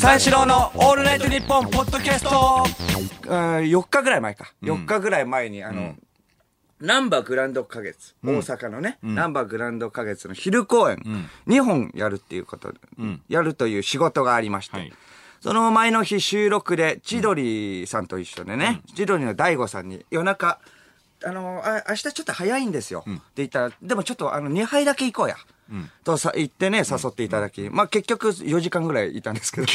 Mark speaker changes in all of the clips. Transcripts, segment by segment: Speaker 1: 三四郎の「オールナイトニッポン」ポッドキャスト4日ぐらい前か4日ぐらい前にあの、ナンバーグランド花月、大阪のね、ナンバーグランド花月の昼公演、2本やるっていうこと、やるという仕事がありまして、
Speaker 2: はい
Speaker 1: その前の日収録で千鳥さんと一緒でね、千鳥の大悟さんに夜中、あのあ明日ちょっと早いんですよ、って言ったら、でもちょっとあの2杯だけ行こうや。とさ言ってね、誘っていただき、まあ結局4時間ぐらいいたんですけど、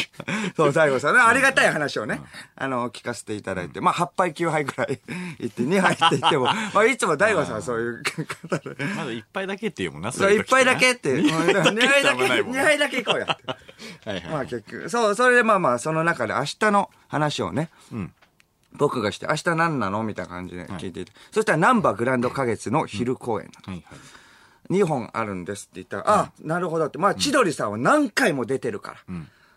Speaker 1: そう、大悟さんのありがたい話をね、あの、聞かせていただいて、まあ8杯9杯ぐらい行って、2杯って言っても、まあいつも大悟さんはそういう方で、
Speaker 2: まだ一杯だけっていうもんな、
Speaker 1: そう、1
Speaker 2: いう時な
Speaker 1: 杯だけっ。て、2杯だ
Speaker 2: って危ない
Speaker 1: け、
Speaker 2: もん
Speaker 1: 二杯だけ行こうやって。
Speaker 2: はい
Speaker 1: ま
Speaker 2: は
Speaker 1: あ
Speaker 2: い。
Speaker 1: 結局、そう、それでまあまあ、その中で明日の話をね、僕がして、明日何なのみたいな感じで聞いていて、そしたら、ナンバーグランド花月の昼公演だと。
Speaker 2: はいはい
Speaker 1: 2本あるんですって言ったら、あ、なるほどって。まあ、千鳥さんは何回も出てるから。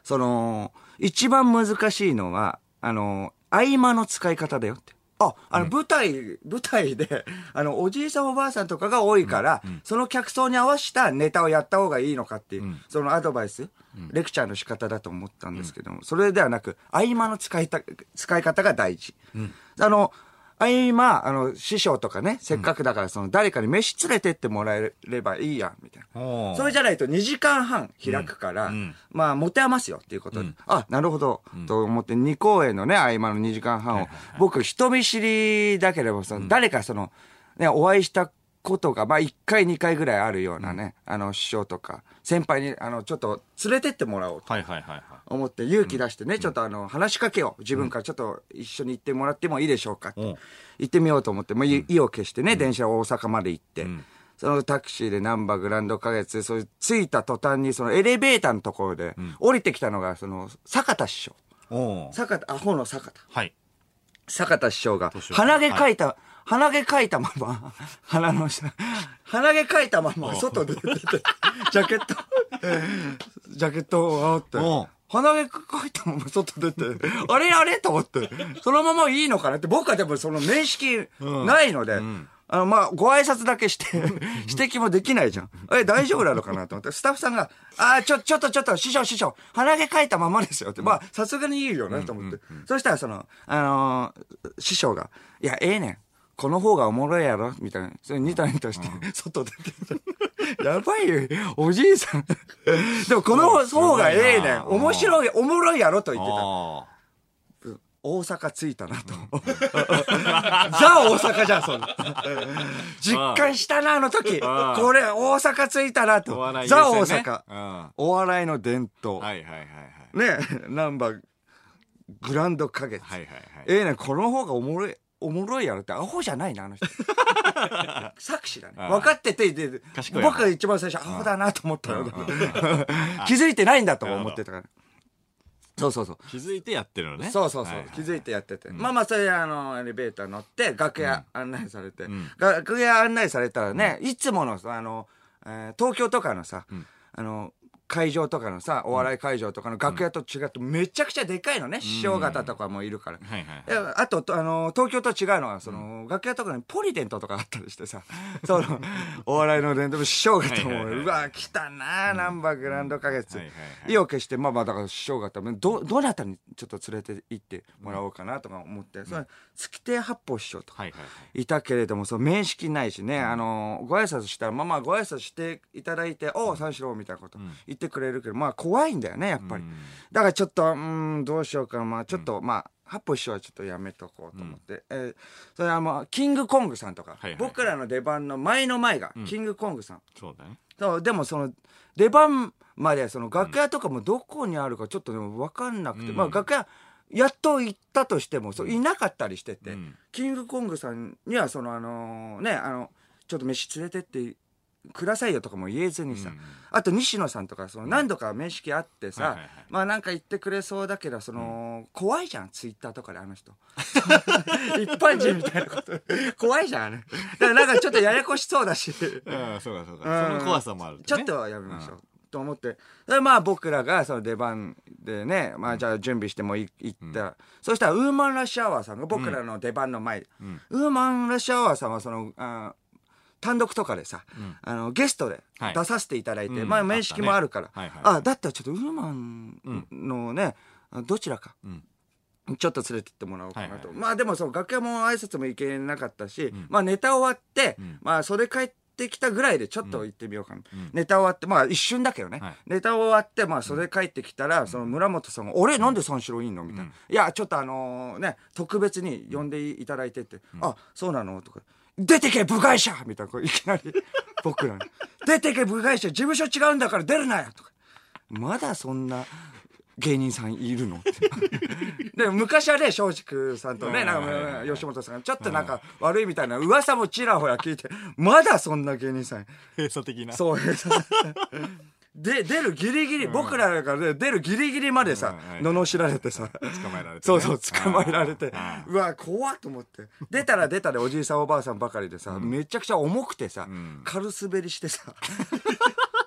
Speaker 1: その、一番難しいのは、あの、合間の使い方だよって。あ、あの、舞台、舞台で、 あの、おじいさんおばあさんとかが多いから、その客層に合わせたネタをやった方がいいのかっていう、そのアドバイス、レクチャーの仕方だと思ったんですけども、それではなく、合間の使いた、使い方が大事。あの、合間、あの、師匠とかね、せっかくだから、その、誰かに飯連れてってもらえればいいやん、みたい
Speaker 2: お
Speaker 1: な。
Speaker 2: ー
Speaker 1: それじゃないと2時間半開くから、まあ、持て余すよっていうことで、あ、なるほど、と思って、2公演のね、合間の2時間半を、僕、人見知りだければ、その、誰かその、ね、お会いしたことが、まあ、1回、2回ぐらいあるようなね、あの、師匠とか、先輩に、あの、ちょっと、連れてってもらおうと。
Speaker 2: はいはいはいはい。
Speaker 1: 思って勇気出してね、ちょっとあの、話しかけを自分からちょっと一緒に行ってもらってもいいでしょうかって、
Speaker 2: うん
Speaker 1: 行ってみようと思って、まあ、い意を決してね、電車大阪まで行って、
Speaker 2: ん
Speaker 1: そのタクシーでナンバーグランド花月、それ着いた途端にそのエレベーターのところで、降りてきたのが、その、坂田師匠。
Speaker 2: おー
Speaker 1: 坂田、アホの坂田。
Speaker 2: はい。
Speaker 1: 坂田師匠が、
Speaker 2: 年を
Speaker 1: 鼻毛かいた、鼻毛かいたまま、鼻の下、鼻毛かいたまま、外で出て て、ジャケット、ジャケットをあおって
Speaker 2: おう、
Speaker 1: 鼻毛かいたまま外出て、あれあれと思って、そのままいいのかなって、僕はでもその面識ないので、あの、まあ、ご挨拶だけして、 指摘もできないじゃん。え、大丈夫なのかなと思って、スタッフさんが、あーちょ、ちょっとちょっと、師匠師匠、鼻毛かいたままですよって、まあ、さすがに言うよなと思って。そしたら、その、あのー師匠が、いや、ええねん。この方がおもろいやろみたいな。それニタニタして、外出て た。やばいよ、おじいさん。 でも、この方がええねん。
Speaker 2: うん
Speaker 1: 面白い、おもろいやろと言ってた。
Speaker 2: あ
Speaker 1: 大阪着いたなと。 ザ大阪じゃん、そんな。実感したな、あの時。
Speaker 2: あ
Speaker 1: これ、大阪着いたなと
Speaker 2: お笑。い優
Speaker 1: ザ大
Speaker 2: 先ね
Speaker 1: 阪。
Speaker 2: あ。
Speaker 1: お笑いの伝
Speaker 2: うん。
Speaker 1: 統。
Speaker 2: はいはいはいはい。
Speaker 1: ねえ、ナンバー、グランド花月。
Speaker 2: はいはいはい。
Speaker 1: ええね、この方がおもろい。おもろいやろって、アホじゃないな、あ の人。作詞だね。
Speaker 2: ああ
Speaker 1: 分かってて、でで
Speaker 2: 賢いな
Speaker 1: 僕が一番最初、アホだなと思ったの。 気づいてないんだと思ってたから。そうそうそう。
Speaker 2: 気づいてやってるのね。
Speaker 1: そうそうそう、
Speaker 2: はいはい
Speaker 1: 気づいてやってて、まあまあそれであのエレベーター乗って楽屋案内されて、楽屋案内されたらね、いつものさあの、えー東京とかのさ、あの会場とかのさお笑い会場とかの楽屋と違ってめちゃくちゃでかいのね、師匠方とかもいるから、
Speaker 2: はいはい。
Speaker 1: えあととあの東京と違うのはその、楽屋とかにポリデントとかあったりしてさ そのお笑いの伝統師匠方
Speaker 2: はい
Speaker 1: も
Speaker 2: はいはいう
Speaker 1: わ来たなあナンバーグランド花月、
Speaker 2: はいはいはい
Speaker 1: 意を決してまあまあだから師匠方もどどなたにちょっと連れて行ってもらおうかなとか思って、それ月亭八方師匠とか
Speaker 2: はいはいはい。
Speaker 1: いたけれども、その面識ないしね、あの、ご挨拶したら、まあまあご挨拶していただいて、おう、三四郎みたいなこと言ってくれるけど、まあ怖いんだよね、やっぱり。だからちょっと、うーん、どうしようか、まあちょっと、まあ、八方師匠はちょっとやめとこうと思って、えーそれはまあ、キングコングさんとか、
Speaker 2: はいはい
Speaker 1: 僕らの出番の前の前が、キングコングさん。
Speaker 2: そうだね。
Speaker 1: そうでもその出番までその楽屋とかもどこにあるかちょっとでも分かんなくて、
Speaker 2: うん
Speaker 1: まあ楽屋やっと行ったとしてもそういなかったりしてて、
Speaker 2: うん
Speaker 1: キングコングさんにはそのあのねあのちょっと飯連れてってくださいよとかも言えずにさ、
Speaker 2: うん
Speaker 1: あと西野さんとかその何度か面識あってさ、
Speaker 2: はいはいはい
Speaker 1: まあなんか言ってくれそうだけどその、怖いじゃんツイッターとかであの人 一般人みたいなこと怖いじゃんあれだからなんかちょっとややこしそうだし。
Speaker 2: うん、そうだそうだ。その怖さもあるね。
Speaker 1: ちょっとはやめましょう。と思って。で、まあ僕らがその出番でね、まあじゃあ準備してもい行った、そしたらウーマンラッシュアワーさんが僕らの出番の前、ウーマンラッシュアワーさんはその、あー単独とかでさ、あのゲストで
Speaker 2: はい
Speaker 1: 出させていただいて、
Speaker 2: うん
Speaker 1: ま
Speaker 2: あ
Speaker 1: あ
Speaker 2: ったね
Speaker 1: 面識もあるから、
Speaker 2: はいはいはい
Speaker 1: あだったらちょっとウルマンのね、どちらか
Speaker 2: うん
Speaker 1: ちょっと連れてってもらおうかなと、
Speaker 2: はいはい
Speaker 1: まあでもそう楽屋も挨拶も行けなかったし、まあネタ終わって、
Speaker 2: うん
Speaker 1: まあ袖帰ってきたぐらいでちょっと行ってみようかな、
Speaker 2: うん
Speaker 1: ネタ終わってまあ一瞬だけどね、
Speaker 2: はい
Speaker 1: ネタ終わってまあ袖帰ってきたら、その村本さんが「俺なんで三四郎いんの?」みたいな「
Speaker 2: うん
Speaker 1: いやちょっとあのね特別に呼んでいただいて」って「あそうなの?」とか「出てけ部外者!」みたいなこういきなり僕らに「出てけ部外者事務所違うんだから出るなよ!」とかまだそんな芸人さんいるの で昔はね松竹さんとねなん
Speaker 2: はいはい
Speaker 1: か
Speaker 2: はい
Speaker 1: 吉本さんがちょっとなんか悪いみたいな噂もちらほら聞いてまだそんな芸人さん
Speaker 2: 閉鎖的な。
Speaker 1: そういう。で、出るギリギリ、僕らがね、出るギリギリまでさ
Speaker 2: うんは、い
Speaker 1: 罵られてさ。
Speaker 2: 捕まえられてね。
Speaker 1: そうそう、捕まえられて
Speaker 2: あー。
Speaker 1: うわ、怖っと思って。出たら出たで、おじいさんおばあさんばかりでさ、めちゃくちゃ重くてさ
Speaker 2: ん、
Speaker 1: 軽滑りしてさ。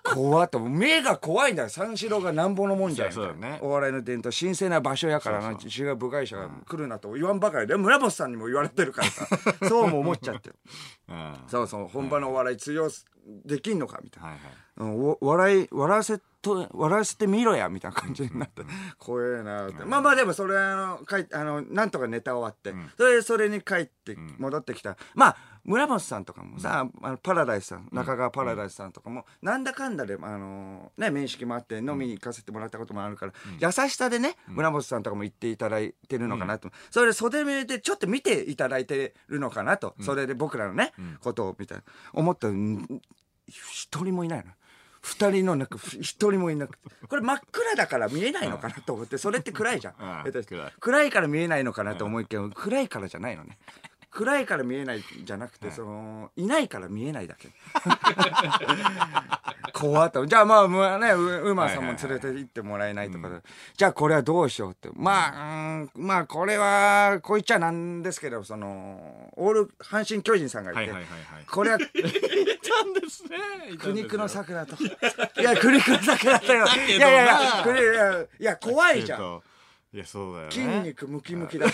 Speaker 1: 怖っと思う目が怖いんだよ三四郎がなんぼのもんじゃん
Speaker 2: そうそうだね
Speaker 1: お笑いの伝統神聖な場所やからな違う部外者が来るなと言わんばかりで村本さんにも言われてるからさそうも思っちゃ って
Speaker 2: うん。は
Speaker 1: そうそう本場のお笑い通用すできんのかみたいない
Speaker 2: はい。
Speaker 1: うんお笑い笑わせと笑わせてみろやみたいな感じになって、怖えなって、まあまあでもそれあのかいあのなんとかネタ終わって、それでそれに帰って戻ってきた、まあ村本さんとかもさ、あのパラダイスさん中川パラダイスさんとかも、なんだかんだで、あのね、面識もあって飲みに行かせてもらったこともあるから、優しさでね村本さんとかも行っていただいてるのかなと、それで袖目でちょっと見ていただいてるのかなと、それで僕らのね、ことをみたいな思ったらん一人もいないな二人の中ふ一人もいなくてこれ真っ暗だから見えないのかなと思ってそれって暗いじゃん
Speaker 2: うん
Speaker 1: 下手して
Speaker 2: 暗い
Speaker 1: 暗いから見えないのかなと思いきや暗いからじゃないのね暗いから見えないじゃなくてそのいないから見えないだけ 怖っとじゃあまあまあねうウーマンさんも連れて行ってもらえないとかでじゃあこれはどうしようってまあうーんまあこれはこいっちゃなんですけどそのオール阪神・巨人さんがいて、
Speaker 2: はいはいはいはい。
Speaker 1: これは。
Speaker 2: いたんですね。いた
Speaker 1: 苦
Speaker 2: んですよ
Speaker 1: 肉の。桜と。いや、苦肉の桜とよ。
Speaker 2: だけどな
Speaker 1: や
Speaker 2: い
Speaker 1: いやいや、苦肉いやいや、怖いじゃん。
Speaker 2: ん。いや、そうだよね。
Speaker 1: 筋肉ムキム キだ。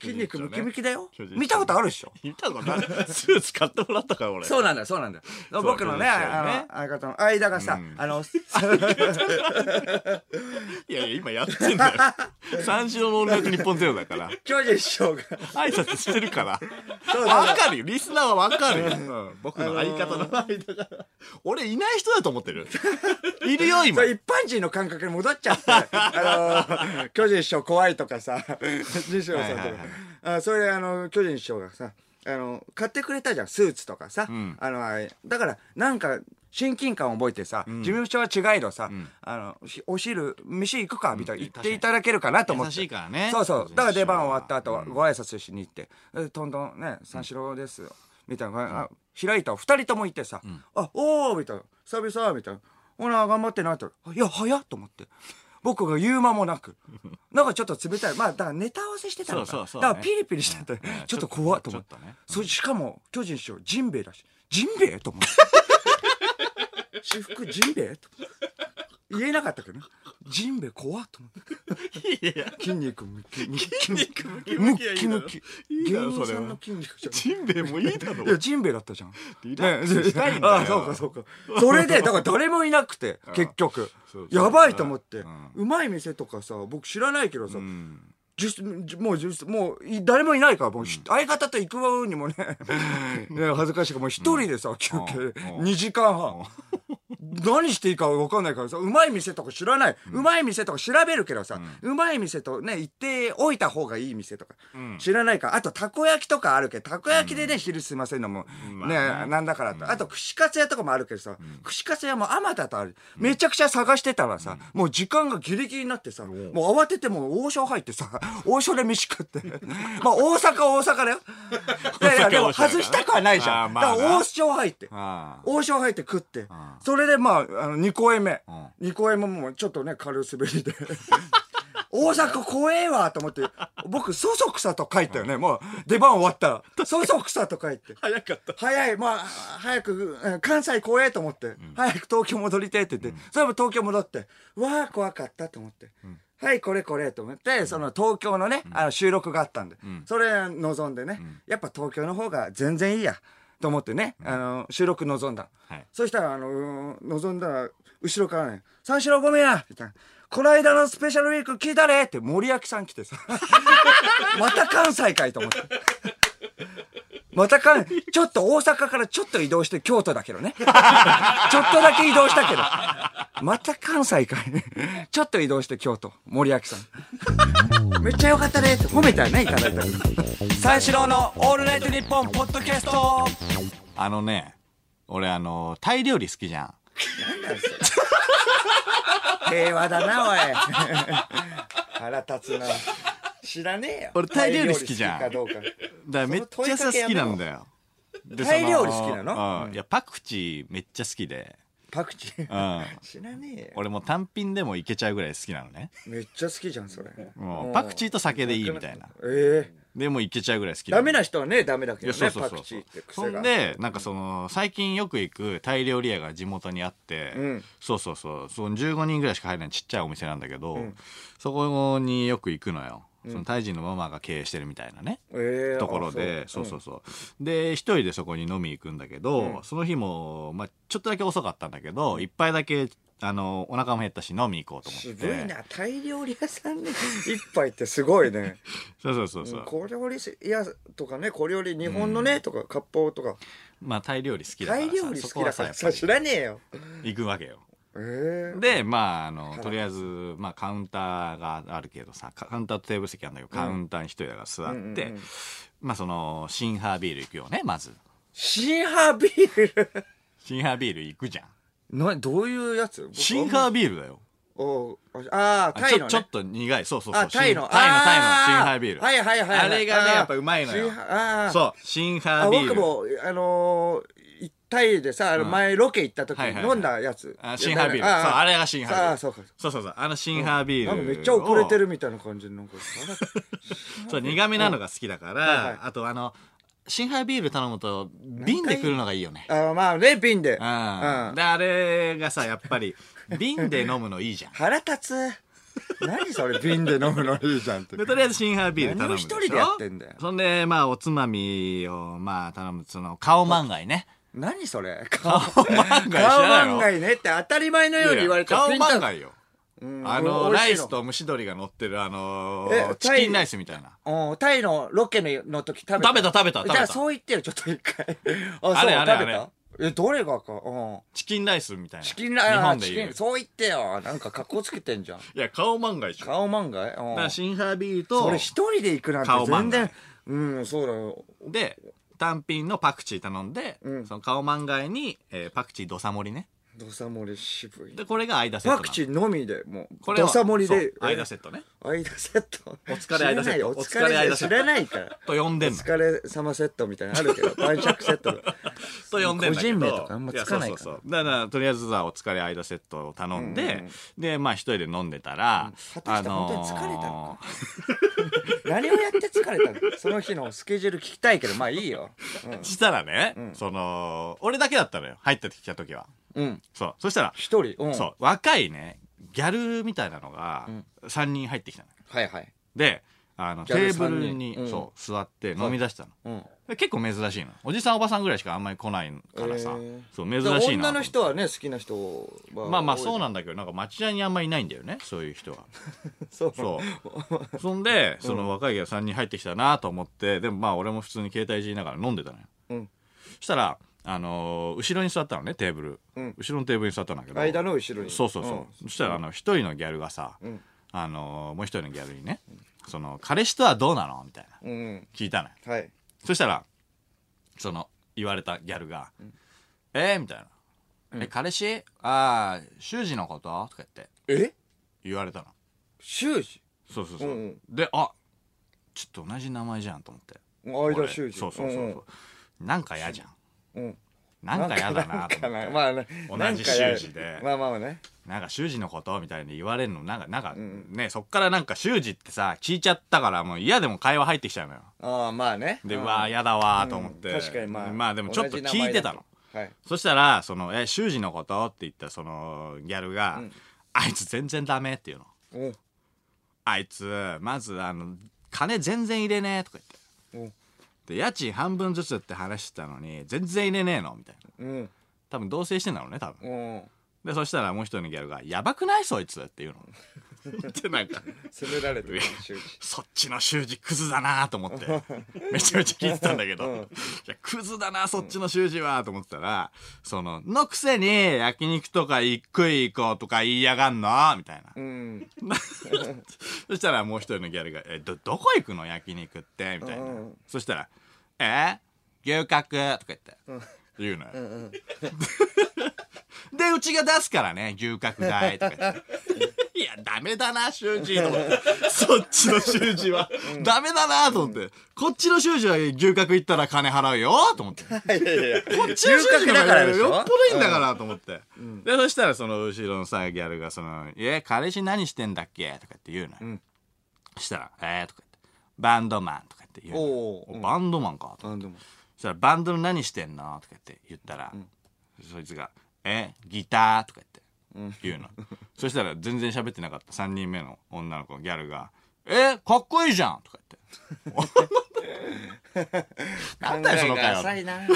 Speaker 1: 筋肉ムキムキだよ
Speaker 2: 巨人。
Speaker 1: 見たことあるでしょ。
Speaker 2: 見たことない。スーツ買ってもらったから、俺。
Speaker 1: そうなんだよ、そうなんだよ。
Speaker 2: う
Speaker 1: 僕のね、
Speaker 2: そうですよ
Speaker 1: あ
Speaker 2: ね
Speaker 1: の、相方の間がさ
Speaker 2: うん、
Speaker 1: あの、
Speaker 2: いやいや、今やってんだ よ。三四郎の音楽日本ゼロだから。
Speaker 1: 巨人師匠が、
Speaker 2: 挨拶してるから。
Speaker 1: そうなんだ
Speaker 2: わかるよ。リスナーはわかるよ。うん僕の相方の間が。俺いない人だと 思ってる。いるよ、
Speaker 1: そ
Speaker 2: 今
Speaker 1: れ。一般人の感覚に戻っちゃって、 あの、巨人師匠怖いとかさ、西野さんと
Speaker 2: はいはい
Speaker 1: か、あそれであの、巨人師匠がさ、あの、買ってくれたじゃん、スーツとかさ、
Speaker 2: ん
Speaker 1: あの、あれだから、なんか、親近感を覚えてさ、事務所は違いどさ、あの、ひお昼、飯行くか、みたいな言っていただけるかなと思って。
Speaker 2: 優しいからね
Speaker 1: そうそう。だから出番終わった後は、
Speaker 2: うん
Speaker 1: ご挨拶しに行って、えとんどんね、三四郎ですよ。みたいな、あ開いた二人ともいてさ、あ、おーみたいな、久々みたいな、ほな、頑張ってなって、いや、早っと思って。僕が言う間もな く。なんかちょっと冷たい。まあ、だからネタ合わせしてたのか
Speaker 2: そうそうそう
Speaker 1: だからピリピリしてて、 ちょっと怖っと思って。
Speaker 2: ちょっとね
Speaker 1: そしかも、巨人師匠、ジンベエだし、ジンベエと思って。 私服ジンベエと思って言えなかったけどね。ジンベエ怖っと思って。
Speaker 2: いやいや、
Speaker 1: 筋肉ム キムキ筋
Speaker 2: 肉ムキ
Speaker 1: ム
Speaker 2: ムキはいい
Speaker 1: キ
Speaker 2: だろ
Speaker 1: ムキ
Speaker 2: いいだ
Speaker 1: 芸
Speaker 2: ろ
Speaker 1: 人
Speaker 2: そ
Speaker 1: さ
Speaker 2: れ
Speaker 1: ん
Speaker 2: は
Speaker 1: の筋肉じゃ
Speaker 2: ジンベエもいいだろ
Speaker 1: んい。やジンベエだったじゃん
Speaker 2: リラックスしたいんだよ
Speaker 1: ああそうかそうかそれでだから誰もいなくて結局
Speaker 2: そうそう
Speaker 1: やばいと思って
Speaker 2: うん
Speaker 1: うまい店とかさ僕知らないけどさ
Speaker 2: うん
Speaker 1: じゅすもうじゅすもうい誰もいないからもうひ相方と行くわにも ねね恥ずかしいからもう一人でさ休憩
Speaker 2: うん
Speaker 1: 2時間半何していいか分かんないからさうまい店とか知らないうまい店とか調べるけどさうまい店とね行っておいた方がいい店とか
Speaker 2: うん
Speaker 1: 知らないからあとたこ焼きとかあるけどたこ焼きでね昼すいませんのも
Speaker 2: まあ
Speaker 1: ね
Speaker 2: ね
Speaker 1: なんだからとあと串カツ屋とかもあるけどさ串カツ屋もあまたとあるめちゃくちゃ探してたらさもう時間がギリギリになってさもう慌ててもう王将入ってさ 王将で飯食って まあ大阪は大阪だ よいやいやでも外したくはないじゃ
Speaker 2: あー
Speaker 1: んだ
Speaker 2: ま
Speaker 1: か
Speaker 2: あな
Speaker 1: ら王将入って
Speaker 2: ああ。
Speaker 1: 王将入って食って
Speaker 2: あ
Speaker 1: それでまああの2公演目
Speaker 2: うん
Speaker 1: 2公演目もちょっとね軽滑りで 大阪怖えわと思って僕そそくさと書いたよねもう出番終わったらそそくさと書いて
Speaker 2: 早かった。
Speaker 1: 早いまあ早くうん関西怖えと思って早く東京戻りてえって言ってそれも東京戻ってわあ怖かったと思ってはい、これこれと思って、その東京のね、あの収録があったんで、それ望んでね、やっぱ東京の方が全然いいや、と思ってね、あの、収録望んだ。
Speaker 2: はい
Speaker 1: そしたら、あのうーん望んだら、後ろからね、三四郎ごめんやって言ったらこの間のスペシャルウィーク聞いたねって森脇さん来てさ。 また関西かいと思って。また関、ちょっと大阪からちょっと移動して京都だけどね。ちょっとだけ移動したけど。また関西かい。ちょっと移動して京都、森脇さ ん。めっちゃ良かったねって褒めたよね、いただいたら三四郎のオールナイトニッポンポッドキャスト
Speaker 2: あのね、俺あの、タイ料理好きじゃん。
Speaker 1: 平和だな、おい。 腹立つな。知らねえよ。
Speaker 2: 俺タイ料理好きじゃん
Speaker 1: タイ料理好きかどうか
Speaker 2: だからめっちゃさ好きなんだよ。で
Speaker 1: タイ料理
Speaker 2: そ
Speaker 1: 好きなの
Speaker 2: うん。いや、パクチーめっちゃ好きで。
Speaker 1: パクチ
Speaker 2: う
Speaker 1: ー。
Speaker 2: ん。
Speaker 1: 知らねえよ。
Speaker 2: 俺もう単品でもいけちゃうぐらい好きなのね。
Speaker 1: めっちゃ好きじゃん、それ。
Speaker 2: もうパクチーと酒でいいみたいな。
Speaker 1: ええ
Speaker 2: でもいけちゃうぐらい好き
Speaker 1: ダメな人はね、ダメだけ
Speaker 2: いや
Speaker 1: ど
Speaker 2: そう
Speaker 1: ね、
Speaker 2: そう
Speaker 1: パ
Speaker 2: そう
Speaker 1: ク
Speaker 2: そ
Speaker 1: チ
Speaker 2: う
Speaker 1: ーって
Speaker 2: そ
Speaker 1: 癖
Speaker 2: ん
Speaker 1: が。
Speaker 2: でなんかその最近よく行くタイ料理屋が地元にあって、
Speaker 1: うん
Speaker 2: そうそうそうその15人ぐらいしか入れないちっちゃいお店なんだけど、
Speaker 1: ん
Speaker 2: そこによく行くのよ、そのタイ人のママが経営してるみたいなね、
Speaker 1: ええ
Speaker 2: ところで
Speaker 1: あ
Speaker 2: そうそうそう、で一人でそこに飲み行くんだけど、その日も、まあ、ちょっとだけ遅かったんだけど一杯だけあのお腹も減ったし飲み行こうと思
Speaker 1: す
Speaker 2: っ
Speaker 1: ごい
Speaker 2: て
Speaker 1: な、タイ料理屋さんで一杯ってすごいね。
Speaker 2: そうそうそうそう、
Speaker 1: 小料理屋とかね、小料理、日本のね、とか、割烹とか。
Speaker 2: まあタイ料理好きだか
Speaker 1: タ
Speaker 2: ら
Speaker 1: イ
Speaker 2: さ
Speaker 1: 料理好
Speaker 2: そ
Speaker 1: き
Speaker 2: こは
Speaker 1: だ
Speaker 2: さ
Speaker 1: か
Speaker 2: や
Speaker 1: ら
Speaker 2: っぱ
Speaker 1: さ、
Speaker 2: り
Speaker 1: 知らねえよ。
Speaker 2: 行くわけよ
Speaker 1: ええ
Speaker 2: でまああのとりあえず、まあ、カウンターがあるけどさカカウンターとテーブル席なんだけど、カウンターに一人だから座って、
Speaker 1: うんうんうん
Speaker 2: まあそのシンハービール行くよねまず
Speaker 1: シンハービール。
Speaker 2: シンハービール行くじゃん
Speaker 1: な、どういうやつ
Speaker 2: シンハービールだよ
Speaker 1: おああ、
Speaker 2: あ
Speaker 1: タ
Speaker 2: ち
Speaker 1: イ
Speaker 2: ょ
Speaker 1: の、ね。
Speaker 2: ちょっと苦いそうそうそう
Speaker 1: あ、タイの。
Speaker 2: シンタイのタイの
Speaker 1: あ
Speaker 2: シンハービール
Speaker 1: はいはいはいはい。
Speaker 2: あれがねやっぱうまいのよ
Speaker 1: シンハーああ。
Speaker 2: そうシンハ
Speaker 1: あ
Speaker 2: ービー
Speaker 1: 僕
Speaker 2: ル
Speaker 1: も、あのー、タイでさ、あの前ロケ行った時
Speaker 2: はいはいはい
Speaker 1: に飲んだやつ。
Speaker 2: あシンハービール
Speaker 1: いや
Speaker 2: そうあれがシンハービール
Speaker 1: あそうか。
Speaker 2: そうそうそうあのシンハービー
Speaker 1: なん
Speaker 2: ル
Speaker 1: か
Speaker 2: を
Speaker 1: めっちゃ遅れてるみたいな感じでなんか。
Speaker 2: そう苦めなのが好きだか
Speaker 1: は
Speaker 2: ら、
Speaker 1: いはい
Speaker 2: あとあのシンハービール頼むと瓶で来るのがいいよね
Speaker 1: ああまあね、瓶で。う
Speaker 2: うんん、であれがさやっぱ り瓶で飲むのいいじゃん
Speaker 1: 腹立つ。何それ、瓶で飲むのいいじゃんって
Speaker 2: で。とりあえずシンハービール頼むでしょ
Speaker 1: 何を一人でやってんだよ
Speaker 2: そんでまあおつまみをまあ頼むその顔万がいね
Speaker 1: 何それ顔
Speaker 2: 漫画知
Speaker 1: 顔
Speaker 2: らないの
Speaker 1: 漫画にねって当たり前のように言われたら
Speaker 2: 顔
Speaker 1: ピンと
Speaker 2: 万がいよ
Speaker 1: うん
Speaker 2: あの
Speaker 1: 美
Speaker 2: ラ
Speaker 1: 味
Speaker 2: イ
Speaker 1: しい
Speaker 2: スと蒸し鶏が乗ってるあの
Speaker 1: え
Speaker 2: チキンライスみたいな
Speaker 1: うんタイのロケの時食べた
Speaker 2: 食べた食べた食べ
Speaker 1: じゃ
Speaker 2: た
Speaker 1: あそう言ってよちょっと一 回あ
Speaker 2: あれ
Speaker 1: そう
Speaker 2: あれ
Speaker 1: 食べ
Speaker 2: あ
Speaker 1: たえどれがかうん
Speaker 2: チキンライスみたいな
Speaker 1: チキンライ
Speaker 2: 日
Speaker 1: あ
Speaker 2: 本
Speaker 1: ー
Speaker 2: で
Speaker 1: チ
Speaker 2: い
Speaker 1: キ
Speaker 2: う
Speaker 1: ンそう言ってよなんか格好つけて んじゃん
Speaker 2: いや顔漫画でしょだ
Speaker 1: 顔漫画う
Speaker 2: から
Speaker 1: ん
Speaker 2: シンハービール
Speaker 1: そ
Speaker 2: と
Speaker 1: れ一人で行くなん
Speaker 2: 顔
Speaker 1: て
Speaker 2: 漫
Speaker 1: 全
Speaker 2: 画
Speaker 1: 然うんそうだよ
Speaker 2: で単品のパクチー頼んで、
Speaker 1: うん
Speaker 2: その顔漫画に、えーパクチーどさ盛りね
Speaker 1: どさ盛り渋い
Speaker 2: でこれが間セット
Speaker 1: パ
Speaker 2: なの
Speaker 1: クチーのみでも
Speaker 2: こ
Speaker 1: う
Speaker 2: れは
Speaker 1: どさ盛りで
Speaker 2: そう間セ
Speaker 1: ッ
Speaker 2: ットね
Speaker 1: ト間セットお
Speaker 2: 疲れ間セット
Speaker 1: お
Speaker 2: お疲
Speaker 1: 疲
Speaker 2: れ間
Speaker 1: れ
Speaker 2: セ
Speaker 1: 知
Speaker 2: ット
Speaker 1: らないから
Speaker 2: と呼ん
Speaker 1: お
Speaker 2: でんの
Speaker 1: 疲れ様セットみたいなのあるけ ど晩酌セット
Speaker 2: と呼んでんだけ ど
Speaker 1: 個人名とかあんまつかないから
Speaker 2: やそうそうそうだからとりあえずさお疲れ間セットを頼んで、でまあ一人で飲んでたら、
Speaker 1: 果たして本当に疲れたの何をやって疲れたのその日のスケジュール聞きたいけどまあいいよ
Speaker 2: ーしたらね、その俺だけだったのよ入ってきた時は
Speaker 1: うんうん
Speaker 2: そうそしたら、
Speaker 1: 一人うん
Speaker 2: そう若いねギャルみたいなのが3人入ってきたのよ
Speaker 1: はいはい
Speaker 2: であの
Speaker 1: ギ
Speaker 2: テ
Speaker 1: ャル
Speaker 2: ーブ
Speaker 1: 三人
Speaker 2: ルに、
Speaker 1: うん
Speaker 2: そう座って飲み出したの、
Speaker 1: うん
Speaker 2: 結構珍しいのおじさんおばさんぐらいしかあんまり来ないから
Speaker 1: へ
Speaker 2: さ、
Speaker 1: ー
Speaker 2: そう珍しいなと思って
Speaker 1: 女の人はね好きな人は
Speaker 2: まあまあそう
Speaker 1: な
Speaker 2: なんだけどなんか町田にあんまりいないんだよねそういう人は
Speaker 1: そう
Speaker 2: そう そんでその若い芸さんに入ってきたなと思ってでもまあ俺も普通に携帯いじりながら飲んでたのよ、
Speaker 1: うん
Speaker 2: そしたらあのー後ろに座ったのねテーブル、
Speaker 1: うん
Speaker 2: 後ろのテーブルに座ったんだけど
Speaker 1: 間の後ろに
Speaker 2: そうそうそう、そしたらあの一人のギャルがさ、
Speaker 1: ん
Speaker 2: あのーもう一人のギャルにねその彼氏とはどうなのみたいな
Speaker 1: うん、うん
Speaker 2: 聞いたのよ
Speaker 1: はい
Speaker 2: そしたら、その、言われたギャルが、えー、みたいな。え、彼氏ああ、修二のこととか言って、
Speaker 1: え
Speaker 2: 言われたの。
Speaker 1: 修士
Speaker 2: そうそうそう。
Speaker 1: うんうん
Speaker 2: で、あちょっと同じ名前じゃんと思って。
Speaker 1: 間
Speaker 2: 俺
Speaker 1: 修士
Speaker 2: そうそうそうそう。なんか嫌じゃん。
Speaker 1: うんうん
Speaker 2: なんか嫌だ
Speaker 1: な
Speaker 2: なんと
Speaker 1: か
Speaker 2: 思っ
Speaker 1: な
Speaker 2: て。
Speaker 1: まあね
Speaker 2: 同じ
Speaker 1: なんかや
Speaker 2: 修士で
Speaker 1: まあまあね
Speaker 2: なんか修二のことみたいに言われるの、なんか、なんか、ね、そっからなんか修二ってさ、聞いちゃったから、もう嫌でも会話入ってきちゃうのよ。
Speaker 1: ああまあね
Speaker 2: で、
Speaker 1: う
Speaker 2: うんわー嫌だわーと思って。
Speaker 1: 確かにまあ
Speaker 2: まあでもちょっと聞いてたの。
Speaker 1: はい
Speaker 2: そしたら、その、え、修二のことって言ったそのギャルが、あいつ全然ダメっていうの。
Speaker 1: うん
Speaker 2: あいつ、まず、あの、金全然入れねえとか言って。で、家賃半分ずつって話してたのに、全然入れねえのみたいな。
Speaker 1: うん。
Speaker 2: 多分同棲してんだろうね、多分。
Speaker 1: うん。
Speaker 2: で、そしたらもう一人のギャルが、やばくないそいつっていうの。で、なんか、
Speaker 1: 攻められてる、周知。
Speaker 2: そっちの習字クズだなと思って、めちゃめちゃ聞いてたんだけど、いや、クズだなそっちの習字はと思ってたら、その、のくせに焼肉とか一食い行こうとか言いやがんのみたいな
Speaker 1: う。 ん。
Speaker 2: そしたらもう一人のギャルが、え、ど、どこ行くの焼肉ってみたいな
Speaker 1: うんうん。
Speaker 2: そしたら、え牛角とか言って、言うのよ。 で、うちが出すからね、牛角代とか言 って。いや、ダメだな、習字と思って。そっちの習字は、ダメだなと思って。こっちの習字は牛角行ったら金払うよと思って。こ
Speaker 1: いやいやこ
Speaker 2: っちの習字の方がよっぽ
Speaker 1: よっぽ
Speaker 2: どいいんだからと思って。で、そしたらその後ろのさ、ギャルがその、いや、彼氏何してんだっけとかって言うのよ。
Speaker 1: ん
Speaker 2: そしたら、えーとか言って。バンドマンとかって言うのよ
Speaker 1: おーうん
Speaker 2: バンドマンかと。
Speaker 1: ど。あ、でも。
Speaker 2: そしたら「バンドの何してんの?」とか言って言ったら、そいつが「えギター?」とか言って言うの、そしたら全然喋ってなかった3人目の女の子ギャルが「えかっこいいじゃん!」とか 言って「なんだよその
Speaker 1: 考えが
Speaker 2: 会話
Speaker 1: 浅いな。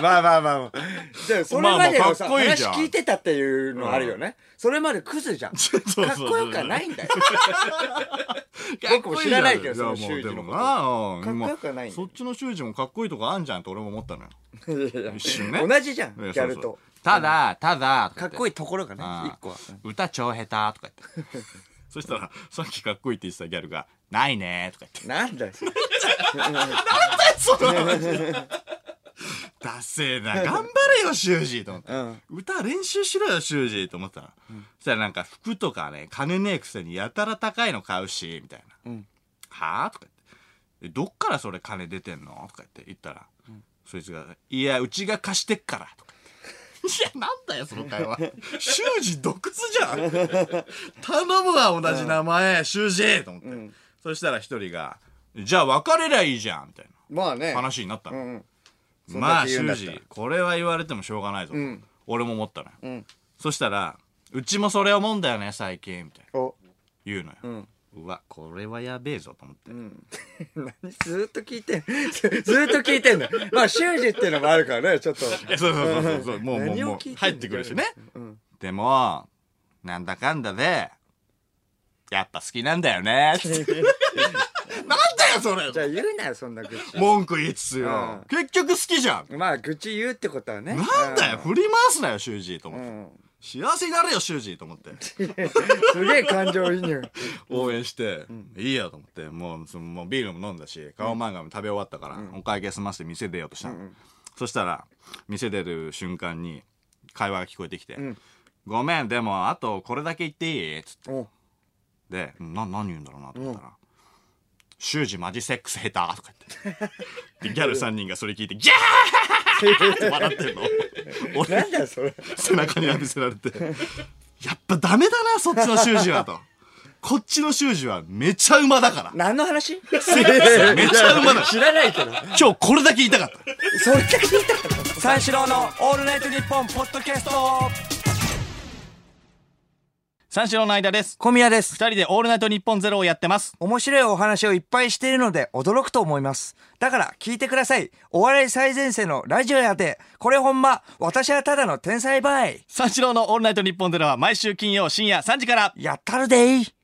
Speaker 1: まあまあまあまあ。 で、それまで
Speaker 2: まあま
Speaker 1: の
Speaker 2: あ
Speaker 1: さ、
Speaker 2: かっこいいじ
Speaker 1: 話
Speaker 2: ゃん
Speaker 1: 聞いてたっていうのあるよね。それまでクズじゃん。か
Speaker 2: う そうそう
Speaker 1: っこよくはないん だよ。僕も
Speaker 2: かっこ
Speaker 1: 知
Speaker 2: じ
Speaker 1: ら
Speaker 2: ゃん
Speaker 1: ないけどその
Speaker 2: いやもう
Speaker 1: 修二のこと
Speaker 2: でもなうん
Speaker 1: かっこよくはないんだよ
Speaker 2: そっちの修二もかっこいいとこあんじゃんって俺も思ったのよ
Speaker 1: いやいや
Speaker 2: 一瞬ね
Speaker 1: 同じじゃん、ギャ
Speaker 2: え
Speaker 1: ル
Speaker 2: そうそう
Speaker 1: と。
Speaker 2: ただただ
Speaker 1: かっ
Speaker 2: い
Speaker 1: こいいところがね
Speaker 2: ああ、
Speaker 1: 一個は。
Speaker 2: 歌超下手とか 言ってそしたらさっきかっこいいって言ってたギャルが「ないね」とか言って
Speaker 1: なんだよ。
Speaker 2: その話 ダセえな頑張れよ修二と思って、
Speaker 1: うん
Speaker 2: 歌練習しろよ修二と思ってたの、そしたらなんか服とかね金ねえくせにやたら高いの買うしみたいな「
Speaker 1: うん
Speaker 2: はあ?」とか言ってえ「どっからそれ金出てんの?」とか言って言ったら、そいつが「いやうちが貸してっから」とか言って。い や、なんだよ、その会話。 修二毒図じゃん頼むわ、同じ名前、修二と思って。
Speaker 1: ん
Speaker 2: そしたら一人が、じゃあ別れりゃいいじゃんみたいな。
Speaker 1: まあね。
Speaker 2: 話になった
Speaker 1: う
Speaker 2: の、
Speaker 1: ん。そん
Speaker 2: ま
Speaker 1: だ
Speaker 2: あ
Speaker 1: け言うん
Speaker 2: 修
Speaker 1: だったら
Speaker 2: 二これは言われてもしょうがないぞ、
Speaker 1: ん
Speaker 2: 俺も思ったのよ、
Speaker 1: ん
Speaker 2: そしたらうちもそれ思うんだよね最近みたいな
Speaker 1: お。
Speaker 2: 言うのよ、うんわこれはやべえぞと思って、
Speaker 1: 何ずーっと聞いてん ずーっと聞いてんだまあ習字っていうのもあるからねちょっと
Speaker 2: いやそうそうそうそう そうもうもう
Speaker 1: 何を
Speaker 2: もう
Speaker 1: 聞いてんの
Speaker 2: 入ってくるしね、でもなんだかんだでやっぱ好きなんだよ ねってなんだよそれ
Speaker 1: じゃあ言うなよそんな愚痴
Speaker 2: 文句言いつつよ、
Speaker 1: うん
Speaker 2: 結局好きじゃん
Speaker 1: まあ愚痴言うってことはね
Speaker 2: なんだよ振り回すなよ修二と思っ
Speaker 1: う
Speaker 2: て、
Speaker 1: ん
Speaker 2: 幸せになれよ修二と思って
Speaker 1: すげえ感情移入
Speaker 2: 応援して、いいやと思ってもうそのもうビールも飲んだし顔漫画も食べ終わったから、お会計済ませて店出ようとしたの、そしたら店出る瞬間に会話が聞こえてきて「ごめんでもあとこれだけ言っていい?」っつって
Speaker 1: お
Speaker 2: でな何言うんだろうなと思ったら「修二マジセックス下手」とか言 ってでギャル3人がそれ聞いて「ギャー!」って笑ってん の俺
Speaker 1: なんだよそれ
Speaker 2: 背中に浴びせられてやっぱダメだなそっちの習字はとこっちの習字はめちゃ馬だから
Speaker 1: 何の話めち
Speaker 2: めちゃうまだ
Speaker 1: 知らないけど
Speaker 2: 今日これだけ言いたかった
Speaker 1: それだけ聞いたから三四郎の「オールナイトニッポン」ポッドキャスト
Speaker 2: 三四郎の間です
Speaker 1: 小宮です
Speaker 2: 二人でオールナイト日本ゼロをやってます
Speaker 1: 面白いお話をいっぱいしているので驚くと思います。だから聞いてください。お笑い最前線のラジオやで。これほんま、私はただの天才ばい。
Speaker 2: 三四郎のオールナイト日本ゼロは毎週金曜深夜3時から
Speaker 1: やったるでい。